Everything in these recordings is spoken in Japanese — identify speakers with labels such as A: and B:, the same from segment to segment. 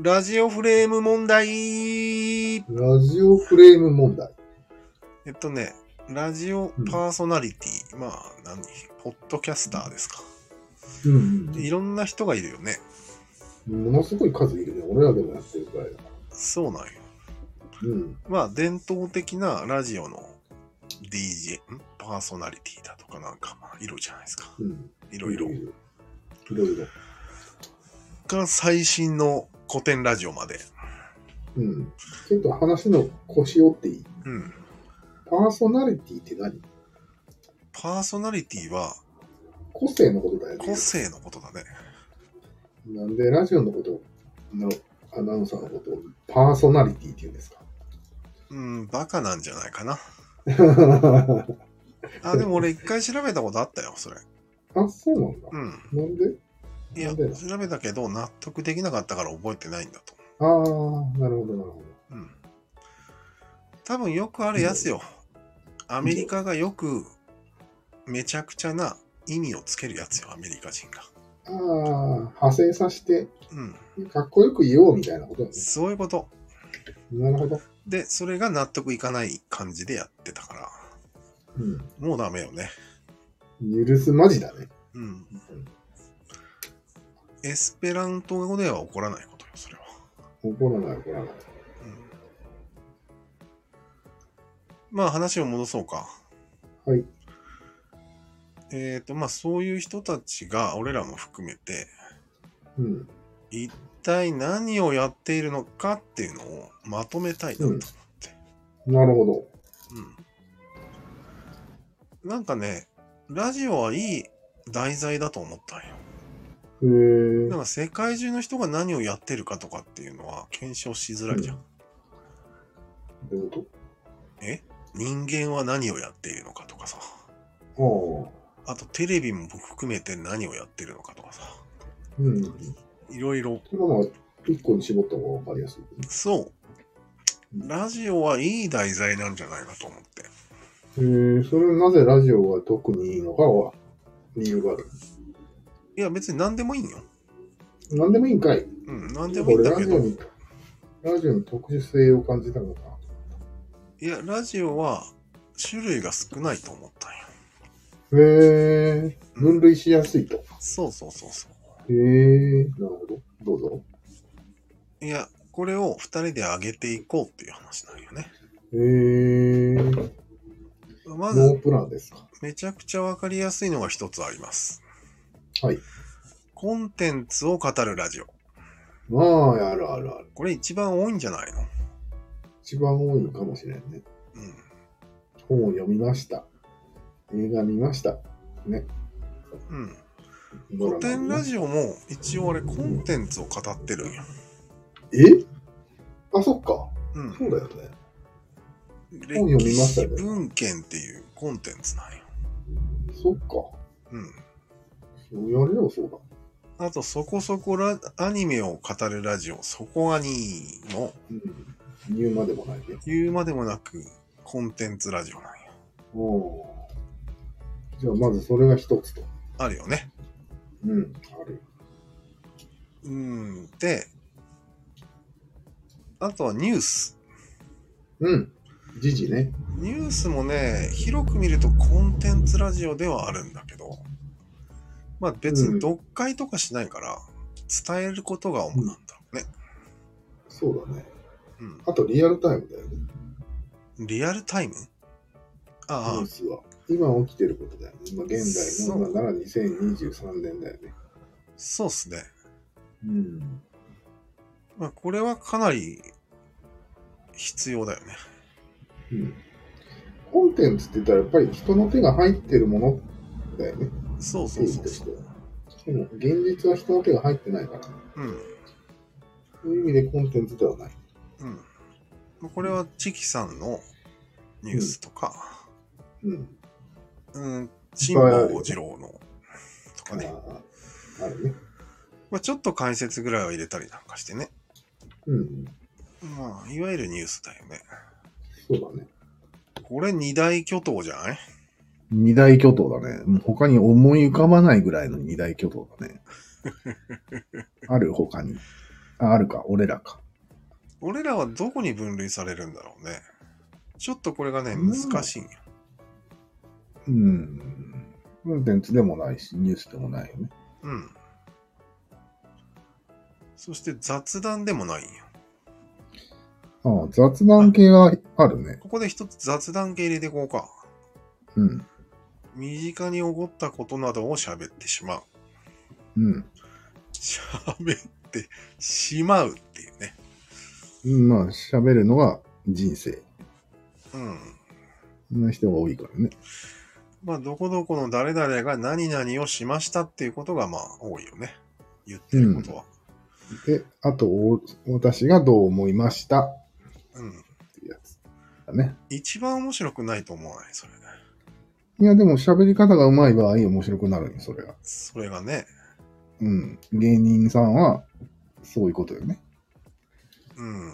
A: ラジオフレーム問題。え
B: ラジオフレーム問題。
A: っとね、ラジオパーソナリティ、まあ、何ポッドキャスターですか。
B: うん
A: いろんな人がいるよね。
B: ものすごい数いるね。俺らでもやってるくらいだから。
A: そうなんよ。
B: うん。
A: まあ、伝統的なラジオの DJ、んパーソナリティだとかなんか、まあ、いるじゃないですか。
B: うん。
A: いろいろ
B: い。ろいろ。
A: が最新の古典ラジオまで。
B: うん。ちょっと話の腰折っていい
A: うん。
B: パーソナリティって何
A: パーソナリティは
B: 個性のことだよね
A: 個。性のことだね。
B: なんでラジオのことのアナウンサーのことをパーソナリティって言うんですか
A: うん、バカなんじゃないかな。あ、でも俺一回調べたことあったよ、それ。
B: あ、そうなんだ
A: う。ん。
B: なんで
A: いや、
B: なんでだ
A: 調べたけど納得できなかったから覚えてないんだと。
B: ああ、なるほど、なるほ
A: うん。多分よくあるやつよ。アメリカがよくめちゃくちゃな意味をつけるやつよ、アメリカ人が。
B: ど。ああ、派生させて、
A: うん。
B: かっこよく言おうみたいなことだね。
A: そういうこと。
B: なるほど。
A: で、それが納得いかない感じでやってたから、
B: う
A: もうダメよね。
B: ん。許すまじだね。
A: うん。エスペラント語では起こらないことよ、それは。
B: 怒らない、怒らな
A: う
B: い。
A: ん。まあ話を戻そうか。
B: はい。
A: えっ、と、まあそういう人たちが、俺らも含めて、
B: うん。
A: 一体何をやっているのかっていうのをまとめたいなと思って。
B: なる
A: う
B: ほ
A: ん。なんかね、ラジオはいい題材だと思ったんよ。
B: ど。へえ
A: なん。か世界中の人が何をやってるかとかっていうのは検証しづらいじゃん。
B: どういうこ
A: 人間は何をやっているのかとかさ。
B: と
A: あとテレビも含めて何をやってるのかとかさ。
B: ああ。うん。
A: いろいろ。
B: それはまあ、一個に絞った方がわかりやすい。
A: そう。ラジオはいい題材なんじゃないかと思って。
B: へえ、それはなぜラジオが特にいいのかは、理由がある。
A: いや別に何でもいいんよ。
B: なんでもいいんかい。
A: うん、何でもいいんだけど。
B: 俺ラジオに、ラジオに特殊性を感じたのか。
A: いや、ラジオは種類が少ないと思ったんよ。
B: へえ、分類しやすいと。へ
A: そうそうそうそ
B: え、なるほど。どうぞ。
A: う。いや、これを二人で上げていこうっていう話なんよね。
B: へえ、ノ
A: まず、
B: ープランですか。
A: めちゃくちゃわかりやすいのが一つあります。
B: はい。
A: コンテンツを語るラジオ。
B: まあ、あるあるある。
A: これ一番多いんじゃないの
B: 一番多いかもしれんね。
A: うん。
B: 本を読みました。映画見ました。ね。
A: うん。古典ラジオも一応あれコンテンツを語ってるんよ。
B: オえあ、そっか。
A: う
B: そ
A: ん。
B: うだよね。本読
A: 歴
B: みまし
A: 史
B: たよね
A: 文献っていうコンテンツなんよ。
B: そっか。
A: うん。
B: そう言われればそうだ。
A: あと、そこそこラアニメを語るラジオ、そこアニの
B: うん。言うまでもないね。
A: 言うまでもなくコンテンツラジオなんよ。
B: おじゃあ、まずそれが一つと。
A: あるよね。
B: うん。ある。
A: うん。で、あとはニュース。
B: うん。時事ね。
A: ニュースもね、広く見るとコンテンツラジオではあるんだけど、まあ別に読解とかしないから、伝えることが主なんだろうね。
B: そうだね。
A: うん。
B: あと、リアルタイムだよね。
A: リアルタイム
B: ニュ
A: あ
B: ースは。今起きてることだよね。今、現代
A: そ
B: の、
A: う
B: 今なら2023年だよね。
A: あ、そうっすね。
B: うん。
A: まあこれはかなり必要だよね。
B: うんコンテンツって言ったらやっぱり人の手が入ってるものだよね、
A: そうそう
B: 定義
A: そう
B: とし
A: そ
B: て
A: う。
B: は。でも現実は人の手が入ってないから、
A: うん。
B: そういう意味でコンテンツではない。
A: うん。まあこれはチキさんのニュースとか、
B: うん。
A: うん、辛坊治郎のとか
B: あ
A: ね。
B: あ、あるね。
A: まあちょっと解説ぐらいは入れたりなんかしてね。
B: うん。
A: まあ、いわゆるニュースだよね。
B: そうだね。
A: これ二大巨頭じゃない
B: 二大巨頭だね。もう他に 思い浮かばないぐらいの二大巨頭だね。ある他に。あ、あるか、俺らか。
A: 俺らはどこに分類されるんだろうね。ちょっとこれがね、
B: うん
A: 難しいんよ。
B: うん。コンテンツでもないし、ニュースでもないよね。
A: うん。そして雑談でもないんよ。
B: ああ、雑談系はあるね。
A: ここで一つ雑談系入れていこうか。
B: うん。
A: 身近に起こったことなどを喋ってしまう。
B: うん。
A: 喋ってしまうっていうね。
B: うんまあ、喋るのが人生
A: うん。
B: の人が多いからね。
A: まあ、どこどこの誰々が何々をしましたっていうことがまあ多いよね。言ってることは。
B: で、あと、お私がどう思いましたっ
A: うん。
B: ていうやつだね。
A: 一番面白くないと思わない、それ。
B: いや、でも喋り方がうまい場合面白くなるよ、それが。
A: それがね。
B: うん。芸人さんは、そういうことよね。
A: うん。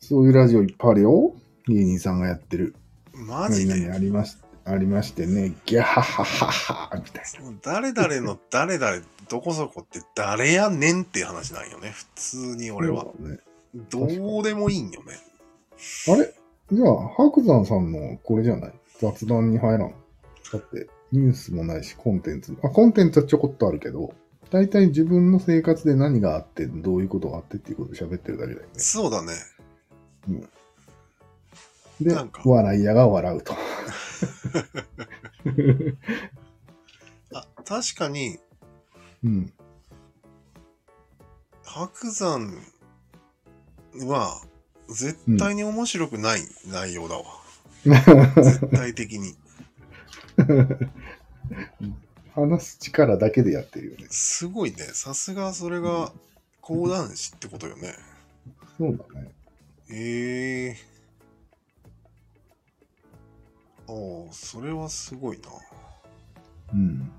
B: そういうラジオいっぱいあるよ。芸人さんがやってる。
A: マジ
B: 何々あ
A: で。
B: りましありましてね、ギャハハハハみたい
A: その誰々の誰々、どこそこって誰やねんっていう話なんよね。普通に
B: な。
A: 俺は。
B: そうだね。
A: どうでもいいんよね。
B: あれじゃあ、白山さんのこれじゃない雑談に入らん。だって、ニュースもないし、コンテンツも。あ、コンテンツはちょこっとあるけど、大体自分の生活で何があって、どういうことがあってっていうことを喋ってるだけだよね。
A: そうだね。
B: で
A: なんか、
B: 笑い屋が笑うと。
A: あ、確かに、
B: うん。
A: 白山は絶対に面白くない内容だわ。絶対的に。
B: 話す力だけでやってるよね。
A: すごいね。さすがそれが講談師ってことよね。
B: そうだね。
A: へえああ、それはすごいな。
B: うん。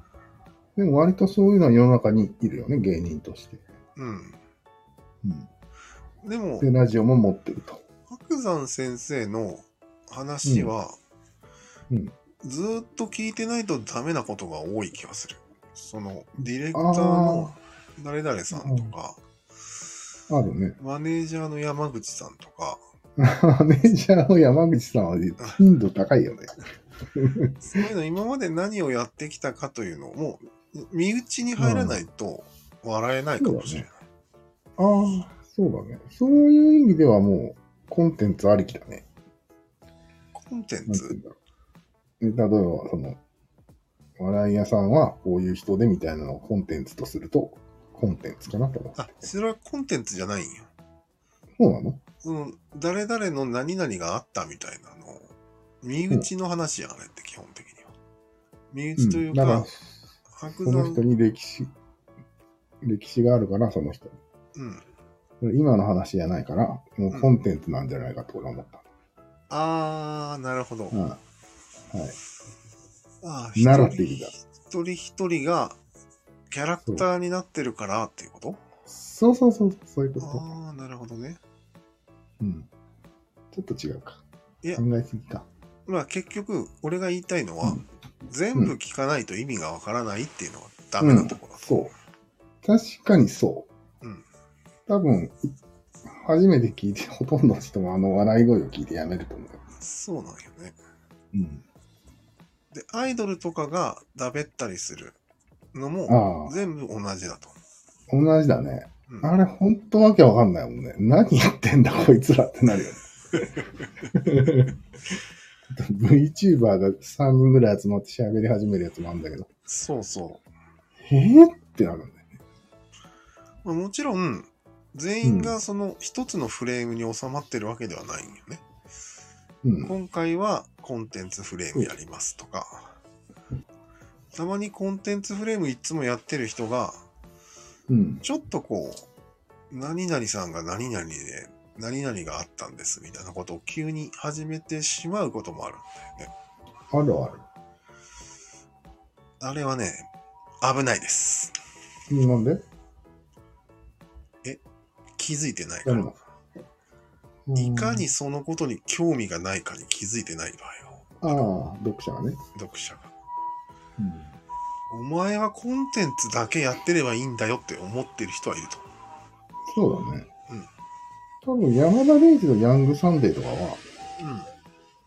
B: でも割とそういうのは世の中にいるよね、芸人として。
A: うん。
B: うん。
A: でも、
B: で、ラジオも持ってると。
A: 白山先生の話は、
B: うんうん
A: ずーっと聞いてないとダメなことが多い気がする。その、ディレクターの
B: あ
A: 誰々さんとか、
B: あるね。
A: マネージャーの山口さんとか、
B: マネージャーの山口さんは頻度高いよね。
A: そういうの今まで何をやってきたかというのをもう身内に入らないと笑えないかもしれない。
B: ああ、そうだね。そういう意味ではもうコンテンツありきだね。
A: コンテン
B: なんて言う
A: ツ
B: んだろう。で例えば、その、笑い屋さんはこういう人でみたいなのをコンテンツとすると、コンテンツかなと思う。
A: あ、それはコンテンツじゃないんよ。
B: そうなの
A: その誰々の何々があったみたいなのを身内の話やんあれって基本的には。身内という
B: だか、、
A: から白
B: その人
A: 山、
B: に歴史、歴史があるから、その人に。
A: うん。
B: 今の話じゃないから、もうコンテンツなんじゃないかと俺は思った。
A: あー、なるほど。
B: うん。はい。
A: あー
B: ナラ
A: 一
B: ティブだ
A: 人一人一人がキャラクターになってるからっていうこと
B: そうそうそう、そういうこと。
A: あー、なるほどね。
B: うん。ちょっと違うか。
A: いや
B: 考えすぎか。
A: まあ結局、俺が言いたいのは、
B: うん
A: 全部聞かないと意味がわからないっていうのがダメなところだと。
B: そう。確かにそう。
A: うん
B: 多分、初めて聞いて、ほとんどの人もあの笑い声を聞いてやめると思う。
A: そうなんよね。
B: うん。
A: で、アイドルとかがだべったりするのも
B: あ
A: 全部同じだと。
B: あ、同じだね。
A: うん
B: あれ、ほんとわけわかんないもんね。何やってんだ、こいつらってなるよね。VTuber が3人ぐらい集まって喋り始めるやつもあるんだけど、
A: そうそ
B: えー、ってなるんだよね。
A: う。まあ、もちろん、全員がその一つのフレームに収まってるわけではないんよね。
B: うん。
A: 今回はコンテンツフレームやりますとか、たまにコンテンツフレームいつもやってる人が、
B: うん。
A: ちょっとこう、何々さんが何々で、何々があったんですみたいなことを急に始めてしまうこともある。
B: あるある
A: あれはね、危ないです。。
B: なんで
A: 気づいてないか
B: や
A: ら
B: る。のうん
A: いかにそのことに興味がないかに気づいてない場合を、
B: ああ、読者がね。
A: 読者が。お前はコンテンツだけやってればいいんだよって思ってる人はいると。
B: そうだね。多分山田レイジのヤングサンデーとかは、
A: うん。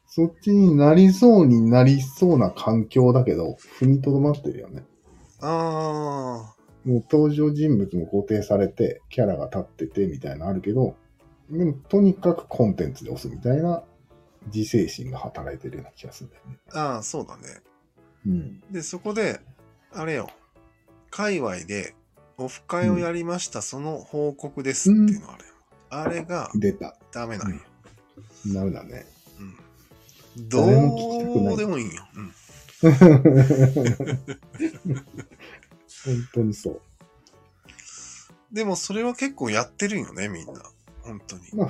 B: そっちになりそうになりそうな環境だけど、踏みとどまってるよね。
A: あ
B: もう登場人物も固定されて、キャラが立っててみたいなのあるけど、でもとにかくコンテンツで押すみたいな自制心が働いてるような気がするんだよね。
A: ーあー、そうだね。
B: うん。
A: で、そこで、あれよ、界隈で、オフ会をやりました、その報告ですっていうのあれよ。あれが
B: 出た。
A: ダメなんよ。
B: なるだね。
A: うん。ど
B: 誰も聞きたくないう
A: でもいいんよ。うん。
B: 本当にそう。
A: でもそれは結構やってるんよね、みんな。本当に。
B: まあ、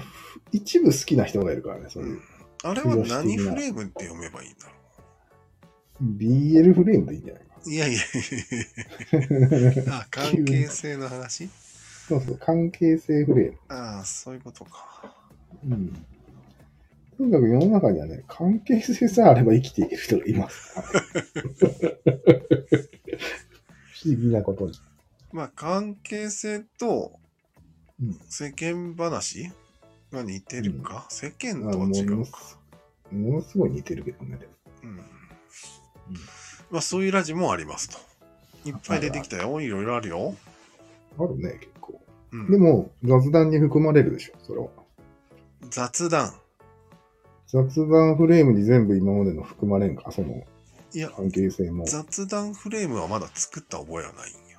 B: 一部好きな人がいるからね、そう
A: う
B: い
A: ん
B: う。。
A: あれは何フレームって読めばいいんだろ。
B: BL フレームでいいんじゃないう
A: い やいやいやいやあ、関係性の話
B: そうそう、関係性フレーム。
A: ああ、そういうことか。
B: うんとにかく世の中にはね、関係性さえあれば生きていける人が います。不思議なことに。
A: まあ、関係性と
B: うん
A: 世間話が似てるか、世間
B: まあ
A: とは違
B: もの
A: う
B: す
A: か。
B: ものすごい似てるけどね。でも
A: うんまあ、そういうラジもありますと。いっぱい出てきたよ。いろいろあるよ。
B: あるね、結構。
A: うん
B: でも、雑談に含まれるでしょ、それは。
A: 雑談。
B: 雑談フレームに全部今までの含まれんか、その
A: いや、
B: 関係性も。
A: 雑談フレームはまだ作った覚えはないんよ。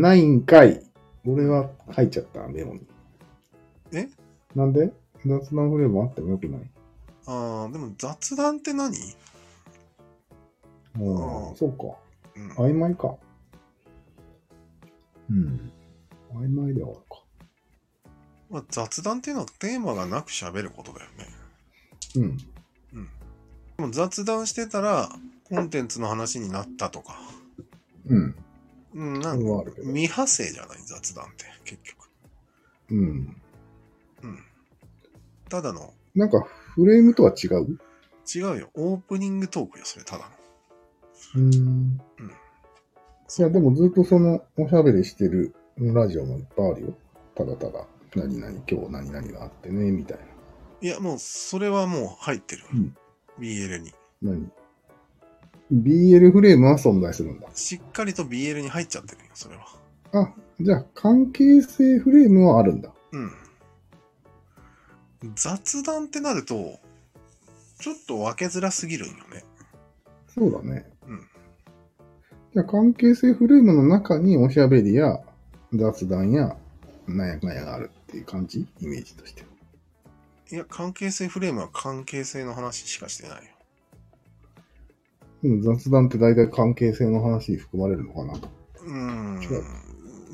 B: ないんかい。俺は書いちゃった、メモに。
A: え
B: なんで雑談フレームあってもよくない
A: ああ、でも雑談って何あ
B: う
A: ー
B: ん、そうか。
A: うん。
B: 曖昧か。うん。曖昧ではあるか。
A: まあ、雑談っていうのはテーマがなく喋ることだよね。
B: うん。
A: でも雑談してたら、コンテンツの話になったとか。
B: うん。
A: うん、
B: そ
A: なん
B: れ
A: か、
B: はあるけど。
A: 未派生じゃない雑談って、結局。
B: うん。
A: うん。ただの、
B: なんか、フレームとは違う
A: 違うよ。オープニングトークよ、それ、ただの。
B: うん。いや、でもずっとその、おしゃべりしてるラジオもいっぱいあるよ。ただただ、何々、今日何々があってね、みたいな。
A: いや、もう、それはもう入ってる。
B: うん
A: BL に。
B: 何 ?BL フレームは存在するんだ。
A: しっかりと BL に入っちゃってるよ、それは。
B: あ、じゃあ、関係性フレームはあるんだ。
A: うん。雑談ってなると、ちょっと分けづらすぎるんよね。
B: そうだね。
A: うん
B: じゃあ関係性フレームの中におしゃべりや雑談やなんやかんやがあるっていう感じイメージとしては。
A: いや、関係性フレームは関係性の話しかしてないよ。
B: でも雑談って大体関係性の話に含まれるのかな
A: うーん
B: 違う。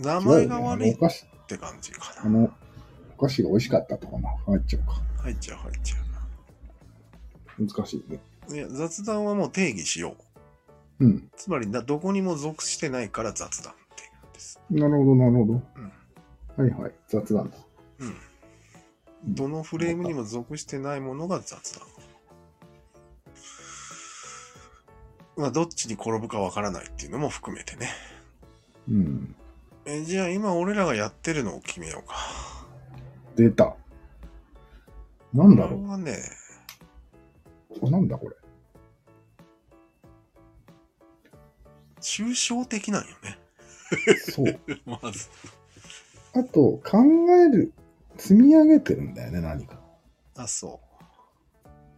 A: 名前が悪い
B: 違うよねあのお
A: っ
B: 菓子、
A: て感じか
B: あ
A: な。
B: の、お菓子が美味しかったとかな。入っちゃうか。
A: 入っちゃう、入っちゃ
B: 難しいね。
A: う。いや、雑談はもう定義しよう。
B: うん。
A: つまりな、どこにも属してないから雑談っていうんです。
B: なるほど、なるほど。はいはい。雑談だ。
A: うん。どのフレームにも属してないものが雑談。まあ、どっちに転ぶかわからないっていうのも含めてね。
B: うん。
A: えじゃあ今俺らがやってるのを決めようか。
B: 出た。なんだ
A: これ
B: ろ
A: はね、
B: うなんだこれ。
A: 抽象的なんよね。
B: そう。
A: まず。
B: あと、考える、積み上げてるんだよね、何か。
A: あ、そ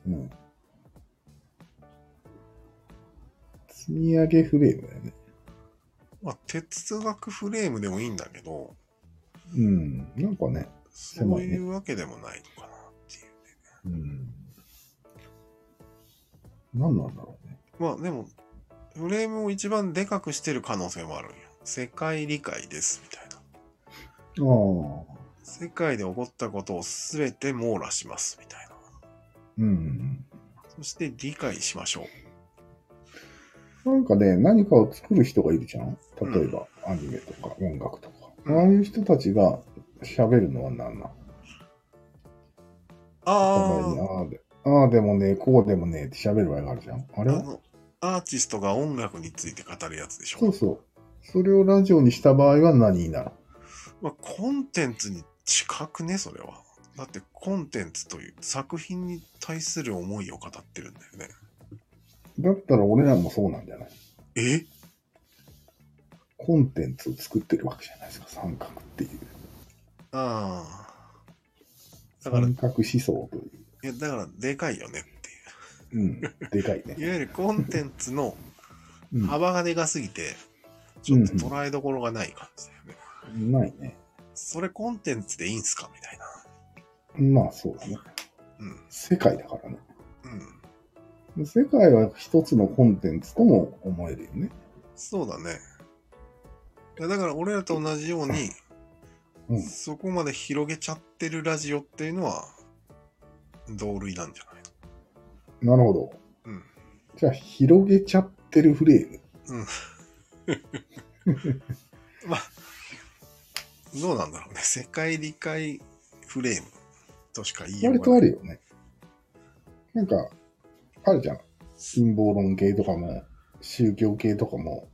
B: うん。積み上げフレームだよね。
A: う。まあ、哲学フレームでもいいんだけど、
B: うん。なんかね。
A: そういうわけでもないのかなっていう。
B: うん。何なんだろうね。
A: まあでも、フレームを一番でかくしてる可能性もあるんよ。世界理解です、みたいな。
B: ああ。
A: 世界で起こったことを全て網羅します、みたいな。
B: うん。
A: そして理解しましょう。
B: なんかね、何かを作る人がいるじゃん例えば、アニメとか音楽とか。ああいう人たちが喋るのは何なん
A: あ
B: お互いにああで、ああでもねえ、こうでもねえって喋る場合があるじゃんあ
A: あ、
B: れ
A: あ
B: は
A: の、アーティストが音楽について語るやつでし
B: そう
A: ょ。
B: そう。それをラジオにした場合は何になる
A: まあ、コンテンツに近くね、それは。だってコンテンツという作品に対する思いを語ってるんだよね。
B: だったら俺らもそうなんじゃない
A: え
B: コンテンツを作ってるわけじゃないですか、三角っていう。
A: ああ。だから、い
B: 三角思想とい。
A: や、だから、でかいよねっていう
B: うん。でかい ね
A: う。。いわゆるコンテンツの
B: うん
A: 幅がでかすぎて、ちょっと捉えどころがない感じだよね。
B: ないね。
A: それコンテンツでいいんすかみたいな。
B: まあそうだね。
A: うん。
B: 世界だからね。
A: うん。
B: 世界は一つのコンテンツとも思えるよね。
A: そうだね。いやだから、俺らと同じように、
B: うん
A: そこまで広げちゃってるラジオっていうのは、同類なんじゃない
B: なるほど。
A: うん。
B: じゃあ、広げちゃってるフレーム。
A: まあ、どうなんだろうね。世界理解フレームとしか言いよう
B: 割と
A: が
B: あ
A: ない。
B: るよね。なんか、あるじゃん。陰謀論系とかも、宗教系とかも、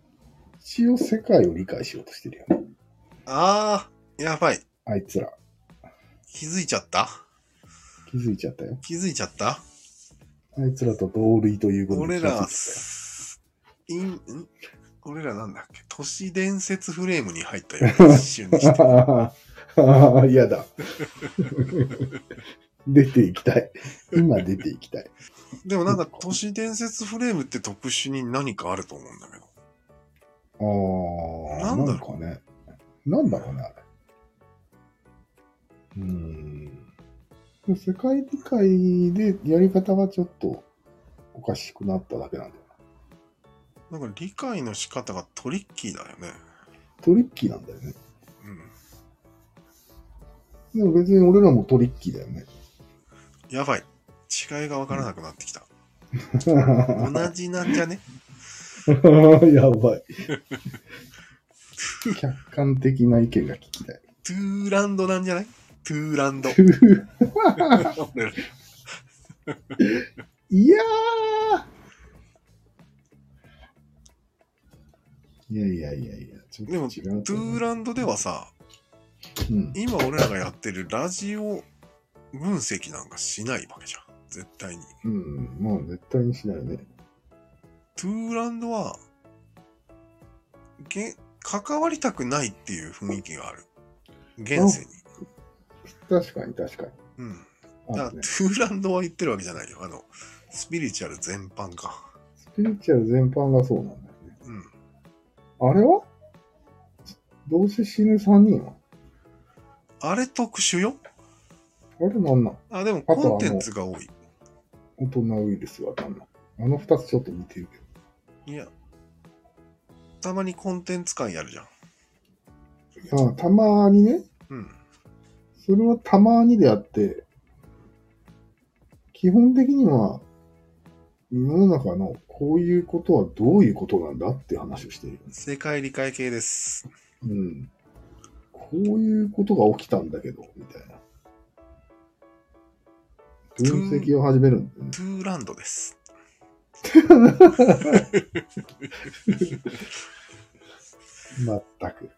B: 一応世界を理解しようとしてるよね。
A: ああ、やばい。
B: あいつら。
A: 気づいちゃった
B: 気づいちゃったよ。
A: 気づいちゃった
B: あいつらと同類ということに
A: 俺
B: 気が
A: ら
B: ついちゃっ、
A: いん、ん俺らなんだっけ都市伝説フレームに入ったような一瞬に して。
B: あああ、嫌だ。 出ていきたい。今出ていきたい。
A: でもなんか都市伝説フレームって特殊に何かあると思うんだけど。
B: あ
A: な
B: あ、なんん
A: だ
B: かね。なんだろうね、あれ。うーん。世界理解でやり方がちょっとおかしくなっただけなんだよ
A: なんか理解の仕方がトリッキーだよね。
B: な。トリッキーなんだよね。
A: うん。
B: でも別に俺らもトリッキーだよね。
A: やばい。違いがわからなくなってきた。同じなんじゃね
B: やばい。客観的な意見が聞きたい。
A: トゥーランドなんじゃないトゥーランド。俺ら
B: いやーいやいやいやいや、ちょっと
A: でも
B: 違う
A: ト
B: と
A: ゥ
B: 思
A: ー
B: う。
A: ランドではさ、
B: うん、
A: 今俺らがやってるラジオ分析なんかしないわけじゃん。絶対に。
B: うん、もう絶対にしないね。
A: トゥーランドは、げ関わりたくないっていう雰囲気がある。現世に。
B: 確かに確かに。
A: うん。だから
B: あ
A: ト
B: とね、
A: ゥーランドは言ってるわけじゃないよ。あの、スピリチュアル全般か。
B: スピリチュアル全般がそうなんだよね。
A: うん。
B: あれはどうせ死ぬ3人は
A: あれ特殊よ。
B: あれなんなん
A: あ、でも
B: あとは
A: コンテンツが多い。
B: 大人ウイルスはなんなんあの2つちょっと似てるけど。
A: いや。たまにコンテンツ感やるじゃん。
B: あたまにね、
A: うん。
B: それはたまにであって、基本的には、世の中のこういうことはどういうことなんだっていう話をしている。
A: 世界理解系です。
B: うん。こういうことが起きたんだけど、みたいな。分析を始めるんだよね。
A: トゥーランドです。
B: まったく。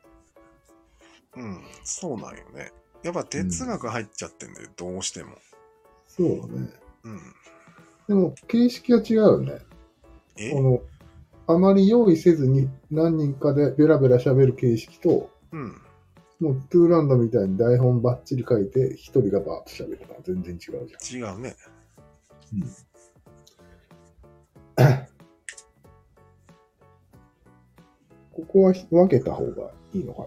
A: うん。そうなんよね。やっぱ哲学入っちゃってんだよ。どうしても。
B: そうだね。
A: うん。
B: でも、形式は違うよね。
A: え
B: この、あまり用意せずに何人かでベラベラ喋る形式と、
A: うん。
B: もう、トゥーランドみたいに台本ばっちり書いて、一人がバーッと喋るのは全然違うじゃん。
A: 違うね。
B: ここは分けた方がいいのか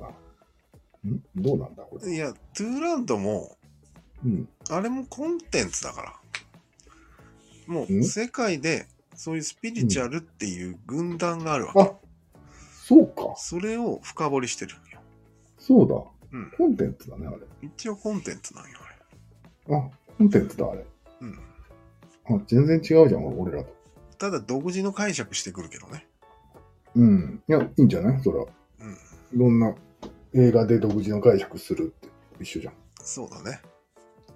B: な。んどうなんだ、これ。
A: いや、トゥーランドも、
B: うん。
A: あれもコンテンツだから。もう、
B: ん
A: 世界で、そういうスピリチュアルっていう軍団があるわけ。
B: あそうか。
A: それを深掘りしてるんよ。
B: そうだ。
A: うん
B: コンテンツだね、あれ。
A: 一応コンテンツなんよ、あれ。
B: あ、コンテンツだ、あれ。
A: うん。
B: あ全然違うじゃん、俺らと。
A: ただ、独自の解釈してくるけどね。
B: うん。いや、いいんじゃないそれは。
A: うん。
B: いろんな映画で独自の解釈するって一緒じゃん。
A: そうだね。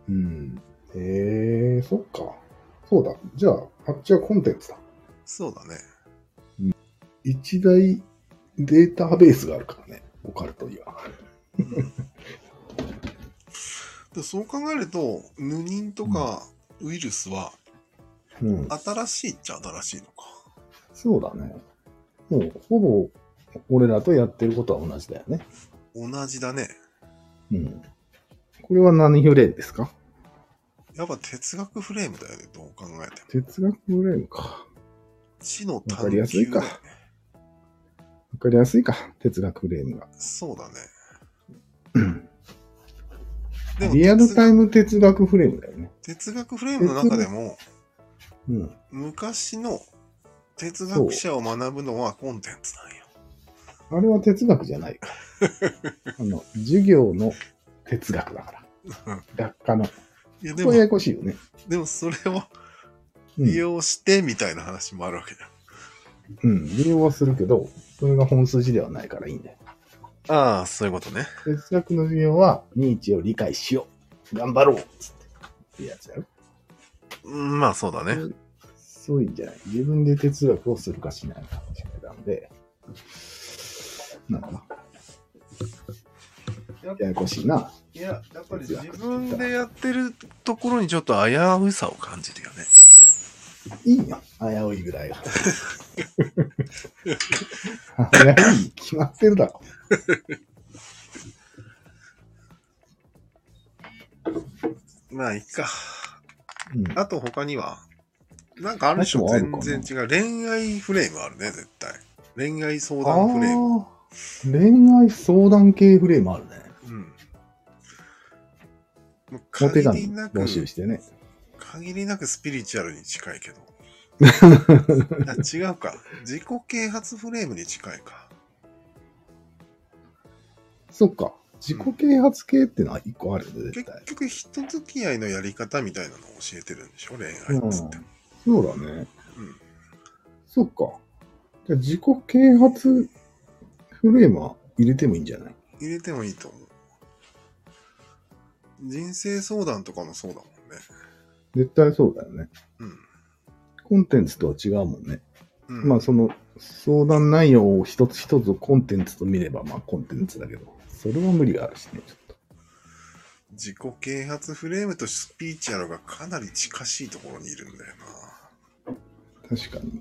B: うん。へえー、そっか。そうだ。じゃあ、あっちはコンテンツだ。
A: そうだね。
B: 一大データベースがあるからね、オカルトには。
A: でそう考えるとヌニンとかウイルスは
B: うん。
A: 新しいっちゃ新しいのか、
B: そうだね。もう、ほぼ、俺らとやってることは同じだよね。
A: 同じだね
B: うん。これは何フレームですか
A: やっぱ哲学フレームだよねどう考えても
B: 哲学フレームか。
A: 知の
B: わか
A: 探
B: りやすい
A: 求
B: か
A: だよね
B: わかりやすいか。哲学フレームが。
A: そうだね
B: うん
A: でも
B: リアルタ
A: イ
B: イム哲学フレームだよね。
A: 哲学フレームの中でも
B: うん。
A: 昔の哲学者を学ぶのはコンテンツなんよ
B: あれは哲学じ ゃないからあの、授業の哲学だか
A: うん
B: ら。学科の。
A: いやで
B: こ
A: も
B: れややこしいよね。
A: でもそれを
B: う
A: 利
B: ん。
A: 用してみたいな話もあるわけじゃん、
B: うん。利用はするけど、それが本筋ではないからいいんだよ。
A: ああそういうことね
B: 哲学の授業は、ニーチェを理解しよう。頑張ろう。つって。ってやつやろ。
A: うんまあそうだね、
B: うんそういうんじゃない。自分で哲学をするかしないかの違いなんで、なんか
A: やっ。
B: ややこしいな。
A: いややっぱり自分でやってるところにちょっと危うさを感じるよね
B: いいよ。危ういぐらいが。危ういに決まってるだろ。
A: まあいいか
B: うん、
A: あと他にはなんかあるでしょ
B: あとはあるか
A: 全
B: な
A: 然違う恋愛フレームあるね絶対恋愛相
B: あ
A: 談フレーム
B: ー恋愛相談系フレームあるね。
A: うんもう
B: お
A: 限
B: 手紙
A: りなく
B: 募集してね。
A: 限りなくスピリチュアルに近い けどあ違うか自己啓発フレームに近いか
B: そっか。自己啓発系ってのは一個あるね、
A: 結
B: 絶対。
A: 局人付き合いのやり方みたいなのを教えてるんでしょ恋愛っつって、
B: そうだね。
A: うん
B: そっか。じゃあ自己啓発フレームは入れてもいいんじゃない
A: 入れてもいいと思う人生相談とかもそうだもんね
B: 絶対そうだよね。
A: うん
B: コンテンツとは違うもんね。
A: うん、
B: まあその相談内容を一つ一つをコンテンツと見ればまあコンテンツだけど、それは無理があるしね、ちょっと。
A: 自己啓発フレームとスピリチュアルがかなり近しいところにいるんだよな
B: 確かに。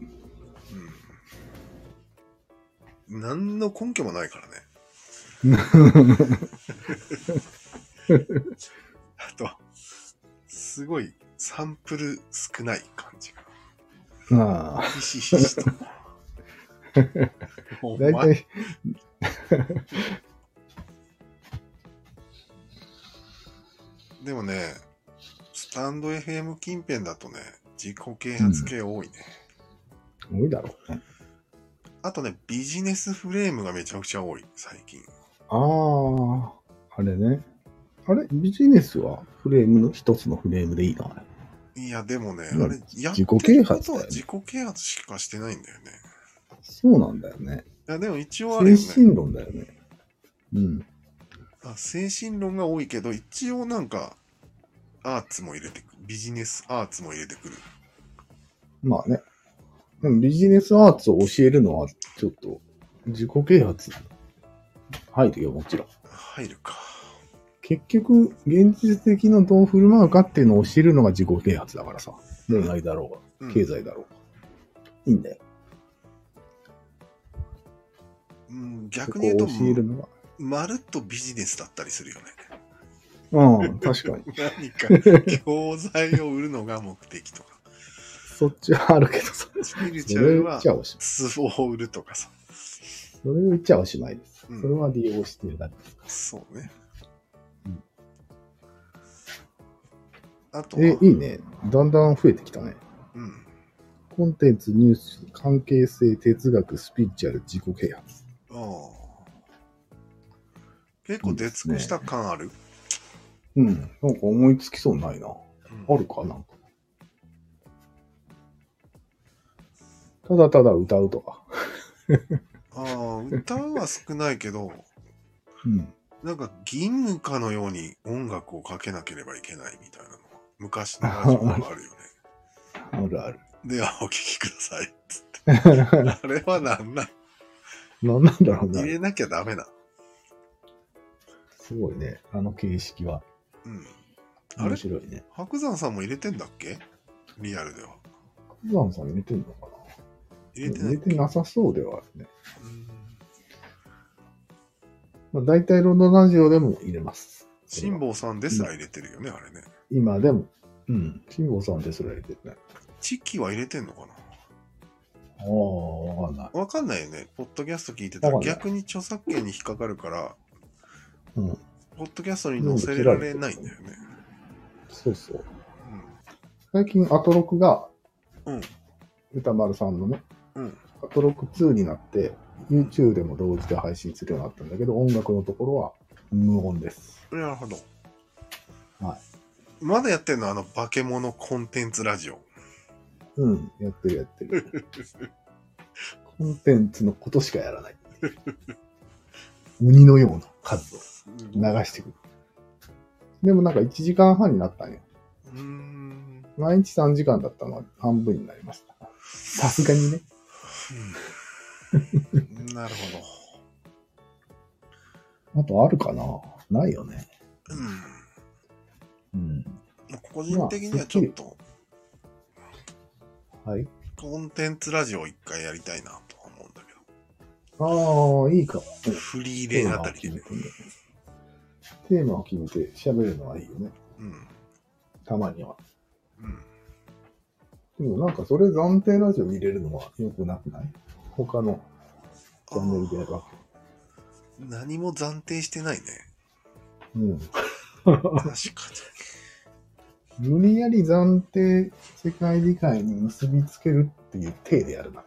A: うん何の根拠もないからね あとすごいサンプル少ない感じが
B: まあ、
A: ひしひしとお
B: 大
A: 前
B: 体、
A: でもねスタンド FM 近辺だとね自己啓発系多いね、
B: 多いだろうね。
A: あとねビジネスフレームがめちゃくちゃ多い最近
B: ああ、あれね。あれビジネスはフレームの一つのフレームでいいのあれ
A: いやでもね、
B: うん
A: あれやって
B: 自己啓
A: るこ
B: 発
A: と
B: だよ
A: は
B: ね
A: 自己啓発しかしてないんだよね
B: そうなんだよね。
A: いやでも一応あれよね
B: 精神論だよね。うん。
A: あ精神論が多いけど一応なんかアーツも入れてくビジネスアーツも入れてくる
B: まあね。でもビジネスアーツを教えるのは、ちょっと、自己啓発。入るよ、もちろん。
A: 入るか
B: 結局、現実的などう振る舞うかっていうのを教えるのが自己啓発だからさ。恋愛だろう
A: う
B: が、
A: ん
B: 経済だろうが。いいんだよ。
A: うん、
B: そ
A: 逆
B: こ
A: に言う
B: を
A: と
B: 教えるの
A: まるっとビジネスだったりする よね
B: は。うん、確かに。
A: 何か教材を売るのが目的とか
B: そっちはあるけどさ。
A: スピリチ
B: そ
A: ュア
B: れ
A: ル
B: を言
A: は
B: っちゃおし
A: ツボを売るとかさ、
B: それを言っちゃおしまいです。
A: う
B: それ
A: ん、
B: は利用してるだけ。
A: そうね、
B: うん
A: あと
B: え
A: は、、
B: いいね。だんだん増えてきたね。
A: うん、
B: コンテンツ、ニュース、関係性、哲学、スピリチュアル、自己啓発。
A: あー結構出尽くした感ある、
B: うん。なんか思いつきそうないな。
A: う
B: あ
A: ん
B: るかなんか。ただただ歌うとか。
A: あー歌は少ないけど
B: うん。
A: なんか義務かのように音楽をかけなければいけないみたいなのが昔のラジオでもあるよね。
B: あるある。
A: ではお聴きくださいっつって。
B: な
A: あれはなんなん
B: んなんだろうん
A: 入
B: な。
A: れなきゃダメな。
B: すごいね。あの形式は。
A: うん。あ
B: 面
A: れ
B: 白いね。
A: 白山さんも入れてんだっけリアルでは。
B: クザンさん入れてんのかな
A: 入れてな
B: 入
A: い
B: れ。てなさそうではあるね。
A: うん
B: まあ、大体ロードラジオでも入れます。
A: 辛坊さんですら
B: う
A: 入れてるよね、あれね。
B: 今でも。うん。辛坊さんですら入れてない。
A: チキは入れてんのかな
B: ああ、わかんない。
A: わかんないよね。ポッドキャスト聞いてたら
B: わかんない
A: 逆に著作権に引っかかるから、
B: うん。
A: ポッドキャストに載せられないんだよね。
B: そうそう。最近、アトロクが、
A: うん。
B: 歌丸さんのね、
A: うん。
B: アトロク2になって、YouTube でも同時で配信するようになったんだけど、音楽のところは無音です。
A: うん。なるほど。
B: はい。
A: まだやってんのあの、化け物コンテンツラジオ。
B: うん。やってるやってる。コンテンツのことしかやらない。鬼のような数を流してくる。でもなんか1時間半になったんよ。
A: うーん。
B: 毎日3時間だったのは半分になりました。さすがにね。
A: うん なるほ
B: あとあるかなないよね。
A: ど。うん。
B: うん。
A: まあ個人的にはちょっと、
B: はい。
A: コンテンツラジオを一回やりたいなとは思うんだけ
B: ああ、いいかも。
A: ど、フリーレンあたりでね。
B: テーマを決めて喋るのはいいよね。
A: うん。
B: たまには。
A: うん。
B: でもなんかそれ暫定ラジオ見れるのは良くなくない他のチャンネルでやるわ
A: 何も暫定してないね。
B: け。うん。
A: 確か
B: 無理やり暫定世界理解に結びつけるっていう体でやるな。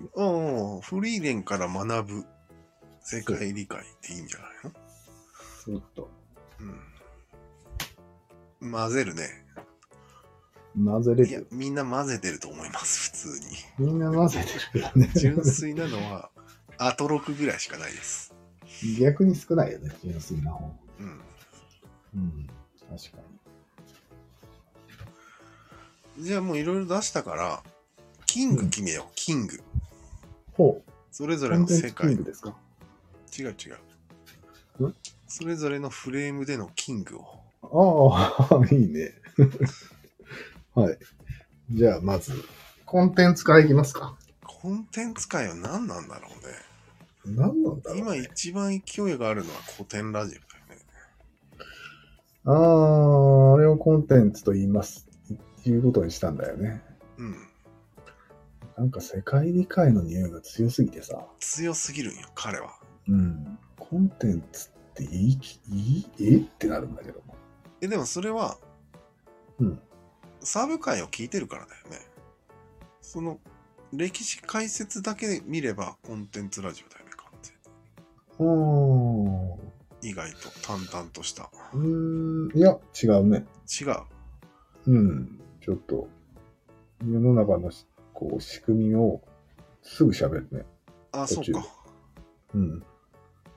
A: に。うんうん。フリーレンから学ぶ世界理解っていいんじゃない
B: ずっと。
A: のうん。混ぜるね。
B: 混ぜれ
A: いや
B: る。、
A: みんな混ぜてると思います、普通に。
B: みんな混ぜてるよね。
A: 純粋なのは、アトロクぐらいしかないです。
B: 逆に少ないよね、純粋な方。
A: うん。
B: うん。確か
A: じゃあもういろいろ出したから、キング決めよう、キング。
B: に。ほう。
A: それぞ
B: コ
A: れ
B: ン
A: の
B: テン
A: 世
B: ツキン
A: 界
B: グ。ですか
A: 違う違
B: ん
A: う。それぞれのフレームでのキングを。
B: ああ、い いね。はい。じゃあ、まず、コンテンツからいきますか。
A: コンテンツ界は何なんだろうね。
B: 何なんだろう、
A: 今
B: ね、
A: 一番勢いがあるのは古典ラジオだよね。
B: ああ、あれをコンテンツと言います。いうことにしたんだよね。
A: うん。
B: なんか世界理解の匂いが強すぎてさ。
A: 強すぎるんよ、彼は。
B: うん。コンテンツって言いき、言い、えってなるんだけど。
A: え、でもそれは、
B: うん。
A: サブ会を聞いてるからだよね。その、歴史解説だけで見ればコンテンツラジオだよね、完全
B: おー
A: に意外と淡々とした。
B: うーん。いや、違うね。
A: 違う。
B: うん。ちょっと、世の中のしこう仕組みをすぐ喋るね。
A: あ、そうか。
B: うん。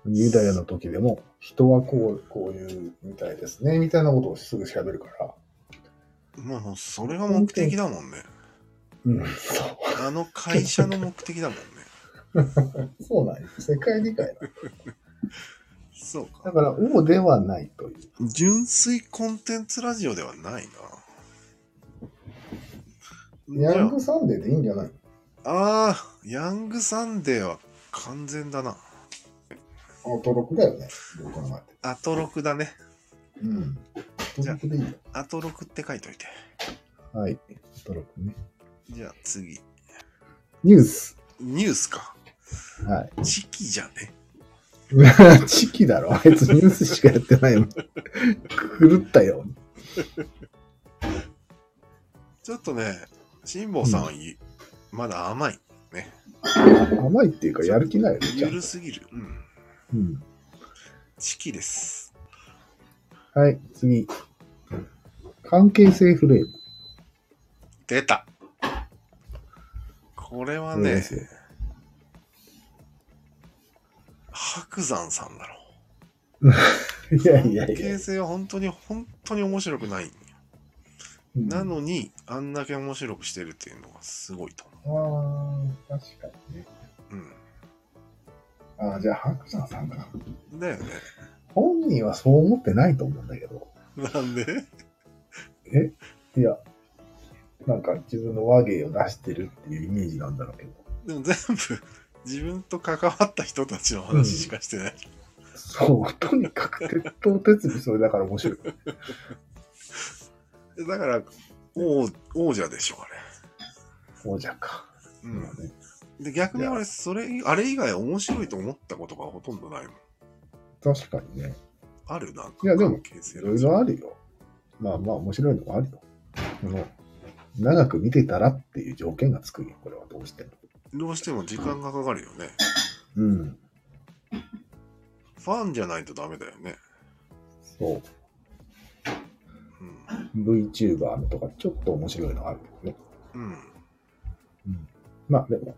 B: ユダヤの時でも、人はこう、こういうみたいですね、みたいなことをすぐ喋るから。
A: まあもう、それが目的だもんね。
B: うん、そ
A: あの会社の目的だもんね。
B: う。そうなんよ世界理解だ。
A: そうか。
B: だから、王ではないという。
A: 純粋コンテンツラジオではないな。
B: ヤングサンデーでいいんじゃない
A: ああ、ヤングサンデーは完全だな。
B: アトロクだよね。どう考え
A: アトロクだね。
B: ても。うん。アトロクでいいよ。
A: アトロクって書いといて。
B: はい。アトロクね。
A: じゃあ次。
B: ニュース。
A: ニュースか。
B: はい。
A: チキじゃね。
B: チキだろ。あいつニュースしかやってないもん。狂ったよ。
A: ちょっとね、辛坊さんは言うまだ甘い。
B: 甘いっていうか、やる気ないよね。ちゃ
A: ゆ
B: んと
A: るすぎる。うん。
B: うん
A: チキです。
B: はい、次。関係性フレーム。
A: 出た。これは
B: これで
A: ね、
B: すよ
A: 白山さんだろ。
B: いやいや
A: 関
B: いや
A: 係。性は本当に本当に面白くない。
B: うん
A: なのに、あんだけ面白くしてるっていうのがすごいと思
B: ああ、確かにね。
A: う。うん。
B: ああ、じゃあ、白山さんかな。
A: だよね。
B: あ本人はそう思ってないと思うんだけど、
A: なんで
B: いや、なんか自分の和芸を出してるっていうイメージなんだろうけど、
A: でも全部 自分と関わった人たちの話しかしてない。
B: そう、とにかく鉄頭鉄尾それだから面白い。
A: だから王、王者でしょ、あ
B: 王者か。
A: れ。う
B: まあね
A: ん。で、逆に
B: いや
A: 俺、それ、あれ以外面白いと思ったことがほとんどないもん。
B: 確かにね。
A: あるなんか。
B: いやでも
A: 関係性
B: いろいろあるよ。まあまあ面白いのもあるよ。でも、長く見てたらっていう条件がつくよ、これはどうしても。
A: どうしても時間がかかるよね。
B: うん。
A: ファンじゃないとダメだよね。
B: そう。
A: うん。
B: VTuber のとかちょっと面白いのあるけどね。
A: うん。
B: まあでも、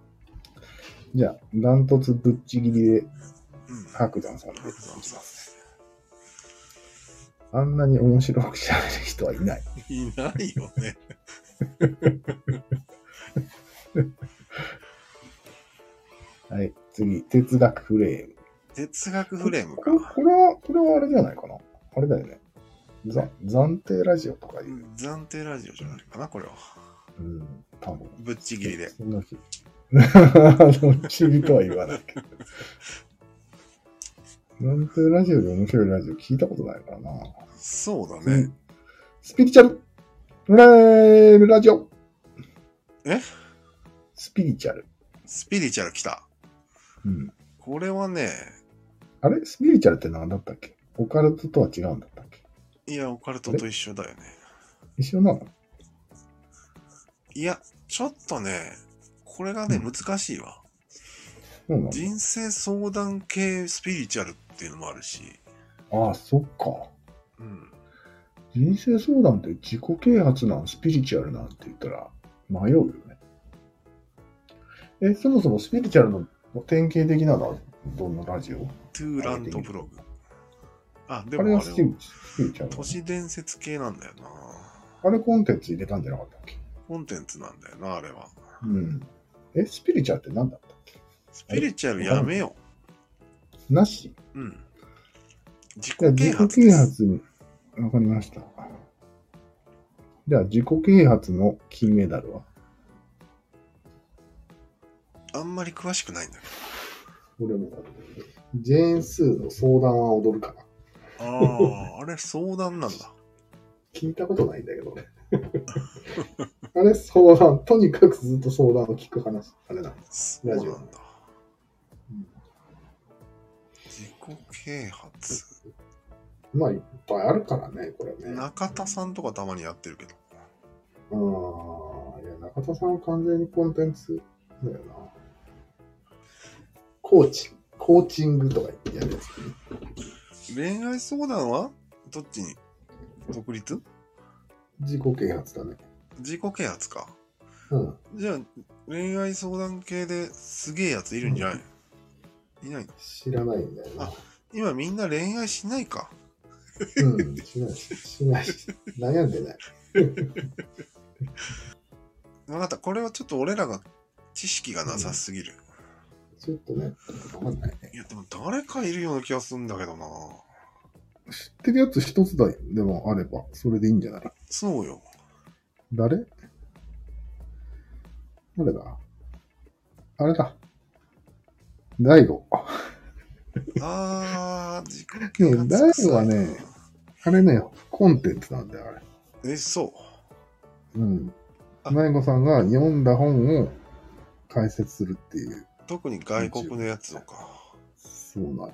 B: じゃあ、ダントツぶっちぎりで
A: うん。
B: 白山さんで
A: 白山さ
B: あんなに面白くしゃべる人はいない。
A: いないよ ね。
B: はい、次、哲学フレーム。
A: 哲学フレーム
B: これ
A: か。
B: これは、これはあれじゃないかな。あれだよね。ざ暫定ラジオとかいう。
A: 暫定ラジオじゃないかな、これは。
B: うん、多分。
A: ぶっちぎりで。
B: そんな気。 どっちにとは言わないけど。暫定ラジオで面白いラジオ聞いたことないからな。
A: そうだ
B: う
A: ね
B: ん。スピリチュアルフレームラジオ
A: え
B: スピリチュアル。
A: スピリチュアル来た。
B: うん。
A: これはね、
B: あれスピリチュアルって何だったっけオカルトとは違うんだったっけ
A: いや、オカルトと一緒だよね。
B: 一緒なの
A: いや、ちょっとね、これがね、
B: うん
A: 難しいわ。
B: そうな
A: 人生相談系スピリチュアルっていうのもあるし、
B: のああ、そっか。
A: うん。
B: 人生相談って自己啓発なん、スピリチュアルなんて言ったら迷うよね。え、そもそもスピリチュアルの典型的なのはどんなラジオ
A: トゥーランドブログ。あ、で
B: あれ
A: も
B: は
A: あ
B: スピ
A: れは
B: リスピリチュアルな
A: 都
B: の。
A: 市伝説系なんだよな。
B: あれコンテンツ入れたんじゃなかったっけ
A: コンテンツなんだよな、あれは。
B: うん。え、スピリチュアルって何だったっけ
A: スピリチュアルやめよ
B: なし
A: う。うん。自
B: じゃあ
A: 己
B: 自
A: 啓
B: 己
A: 発
B: 啓
A: です。
B: 発に、わかりました。じゃあ自己啓発の金メダルは
A: あんまり詳しくないんだけ
B: 俺も。ジェーン・スーの相談は踊るかな。
A: ど。 ああ、あれ相談なんだ。
B: 聞いたことないんだけどね。 あれ、相談、とにかくずっと相談を聞く話、あれだ。
A: そうなんだ
B: ラジ。
A: 自己啓発。
B: まあ、いっぱいあるからね、これね。あ
A: 中田さんとかたまにやってるけど。
B: あ、いや、中田さんは完全にコンテンツだよな。コーチ、コーチングとか言ってやるやつ。
A: 恋愛相談はどっちに独立
B: 自己啓発だね。
A: 自己啓発か。
B: うん。
A: じゃあ、恋愛相談系ですげえやついるんじゃない、いないの
B: 知らないんだよな。
A: 今みんな恋愛しないか。
B: うん、しない、しない、悩んでない。
A: わかった。これはちょっと俺らが知識がなさすぎる。
B: ちょっとね、わかんないね。
A: いや、でも誰かいるような気がするんだけどな。
B: 知ってるやつ一つだでもあれば、それでいいんじゃない
A: そうよ。
B: 誰誰だあれだ。大悟。
A: あー、自己
B: で
A: 啓
B: も
A: 発
B: 大
A: 臭い
B: 悟はね、あれね、コンテンツなんだよ、あれ。
A: え、そう。
B: うん。
A: あ
B: 大悟さんが読んだ本を解説するっていう。
A: 特に外国のやつとか。
B: そうなんよ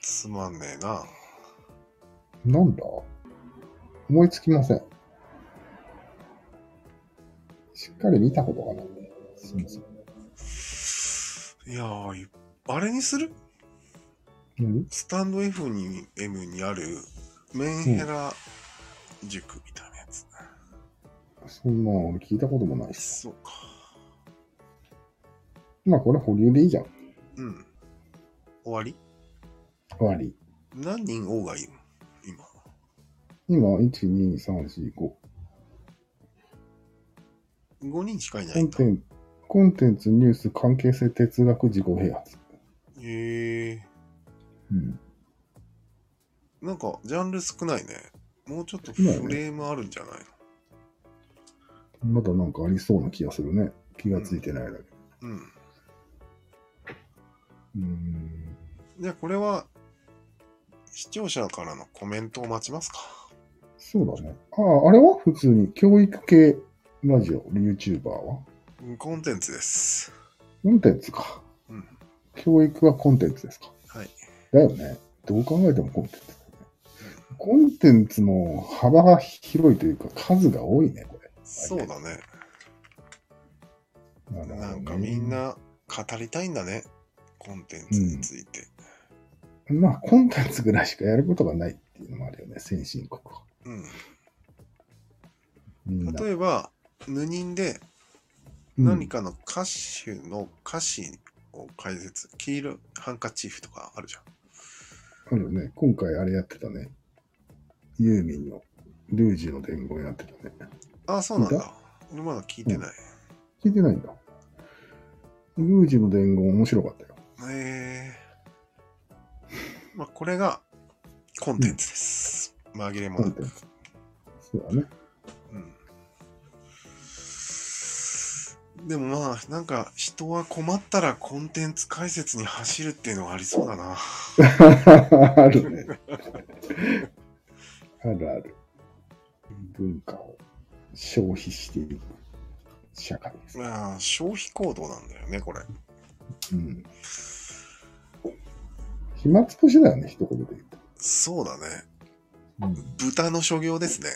A: つまんねえな。
B: なんだ思いつきません。しっかり見たことがない。すみません。
A: いやー、いあれにする
B: 何
A: スタンド F に M にあるメンヘラ塾みたいなやつ。
B: そんなの俺聞いたこともないし。
A: そうか。
B: まあこれ保留でいいじゃん。
A: うん。終わり
B: 終わり。
A: 何人王がいる今。
B: 今、1、2、3、4、5。
A: 5人しかいな
B: コ
A: い
B: ン
A: んだ
B: テ。ンツ、コンテンツ、ニュース、関係性、哲学、自己啓発。
A: へえ。
B: うん。
A: なんかジャンル少ないね。もうちょっとフレームあるんじゃないの、
B: まだなんかありそうな気がするね。気がついてないだけ。
A: うん。
B: うーん。
A: じゃあこれは視聴者からのコメントを待ちますか。
B: そうだね。ああ、あれは普通に教育系ラジオ、YouTuber は
A: うんコンテンツです。
B: コンテンツか。
A: うん。
B: 教育はコンテンツですか。
A: はい。
B: だよね。どう考えてもコンテンツだよね。コンテンツの幅が広いというか、数が多いね、これ。
A: そうだね。
B: なるほどね
A: なんかみん。な語りたいんだね。コンテンツについて。
B: まあ、コンテンツぐらいしかやることがないっていうのもあるよね、先進国は。
A: うん。
B: みんな。
A: 例えば、ヌニンで何かの歌手の歌詞を解説、黄色いハンカチーフとかあるじゃん。
B: うん、あるよね。今回あれやってたね。ユーミンのルージュの伝言やってたね。
A: ああ、そうなん
B: 見
A: だ。俺まだ聞いてない。
B: 聞いてないんだ。ルージュの伝言面白かったよ。
A: えー。まあ、これがコンテンツです。紛れも
B: コ
A: な
B: ンテ
A: く
B: ン。ツ。そうだね。
A: でもまあなんか人は困ったらコンテンツ解説に走るっていうのがありそうだな。
B: ある ね。あるある。文化を消費している社会です。
A: まあ消費行動なんだよねこれ。
B: うん。暇つぶしだよね、一言で言うと。
A: そうだね。
B: うん、
A: 豚の所業ですね。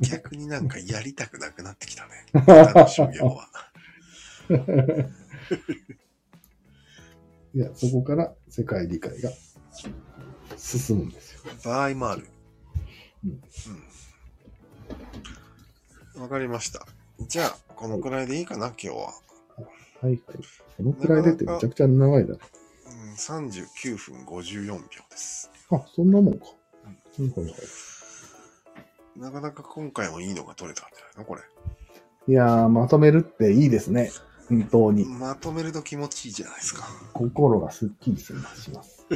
A: 逆になんかやりたくなくなってきたね。豚の所業は。
B: いや、そこから世界理解が進むんですよ。
A: 場合もある。
B: う
A: うん。わかりました。じゃあこのくらいでいいかな今日は。
B: はいはい。このくらいでってめちゃくちゃ長いだね。
A: うん、39分54秒です。
B: あ、そんなもんか。うんはいはい
A: なかなか今回もいいのが取れたんじゃないのこれ。
B: いやー、まとめるっていいですね。本当に。
A: まとめると気持ちいいじゃないですか。
B: 心がすっきりします。